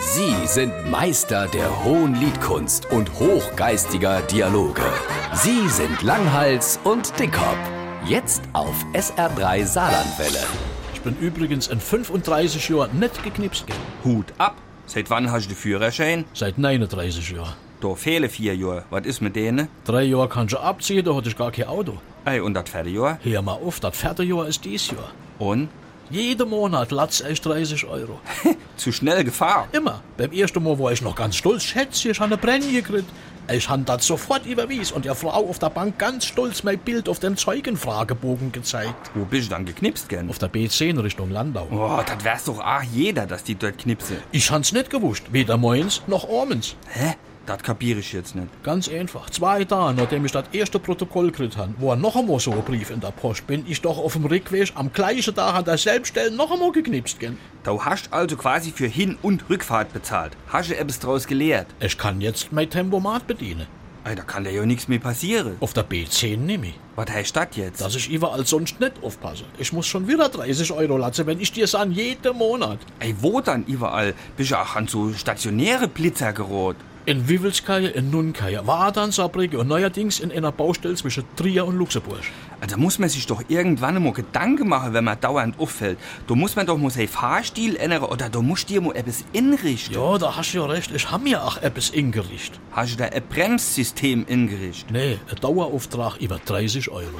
Sie sind Meister der hohen Liedkunst und hochgeistiger Dialoge. Sie sind Langhals und Dickhop. Jetzt auf SR3 Saarlandwelle. Ich bin übrigens in 35 Jahren nicht geknipst. gewesen. Hut ab. Seit wann hast du den Führerschein? Seit 39 Jahren. Da fehlen vier Jahre. Was ist mit denen? Drei Jahre kannst du abziehen, da hatte ich gar kein Auto. Ey, und das vierte Jahr? Hör mal auf, das vierte Jahr ist dies Jahr. Und? Jeden Monat latz ich 30 Euro. Zu schnell Gefahr. Immer. Beim ersten Mal war ich noch ganz stolz. Schätze, ich habe eine Brenne gekriegt. Ich habe das sofort überwies und der Frau auf der Bank ganz stolz mein Bild auf dem Zeugenfragebogen gezeigt. Wo bist du dann geknipst gern? Auf der B10 Richtung Landau. Oh, das wär's doch auch jeder, dass die dort knipse. Ich hab's nicht gewusst. Weder meins noch Ormens. Hä? Das kapier ich jetzt nicht. Ganz einfach. Zwei Tage, nachdem ich das erste Protokoll gekriegt habe, war noch einmal so ein Brief in der Post, bin ich doch auf dem Rückweg am gleichen Tag an derselben Stelle noch einmal geknipst gell? Da hast also quasi für Hin- und Rückfahrt bezahlt. Hast du etwas draus gelehrt? Ich kann jetzt mein Tempomat bedienen. Ey, da kann dir ja nichts mehr passieren. Auf der B10 nehme ich. Was heißt das jetzt? Dass ich überall sonst nicht aufpasse. Ich muss schon wieder 30 Euro latzen, wenn ich dir sage, jeden Monat. Ey, wo dann überall? Bist du auch an so stationäre Blitzer gerot? In Wivelskaja, in Nunkaja, Wadern, Saarbrücken und neuerdings in einer Baustelle zwischen Trier und Luxemburg. Also muss man sich doch irgendwann mal Gedanken machen, wenn man dauernd auffällt. Da muss man doch mal seinen Fahrstil ändern oder da musst du dir mal etwas inrichten. Ja, da hast du ja recht. Ich habe mir auch etwas ingerichtet. Hast du da ein Bremssystem ingerichtet? Nee, ein Dauerauftrag über 30 Euro.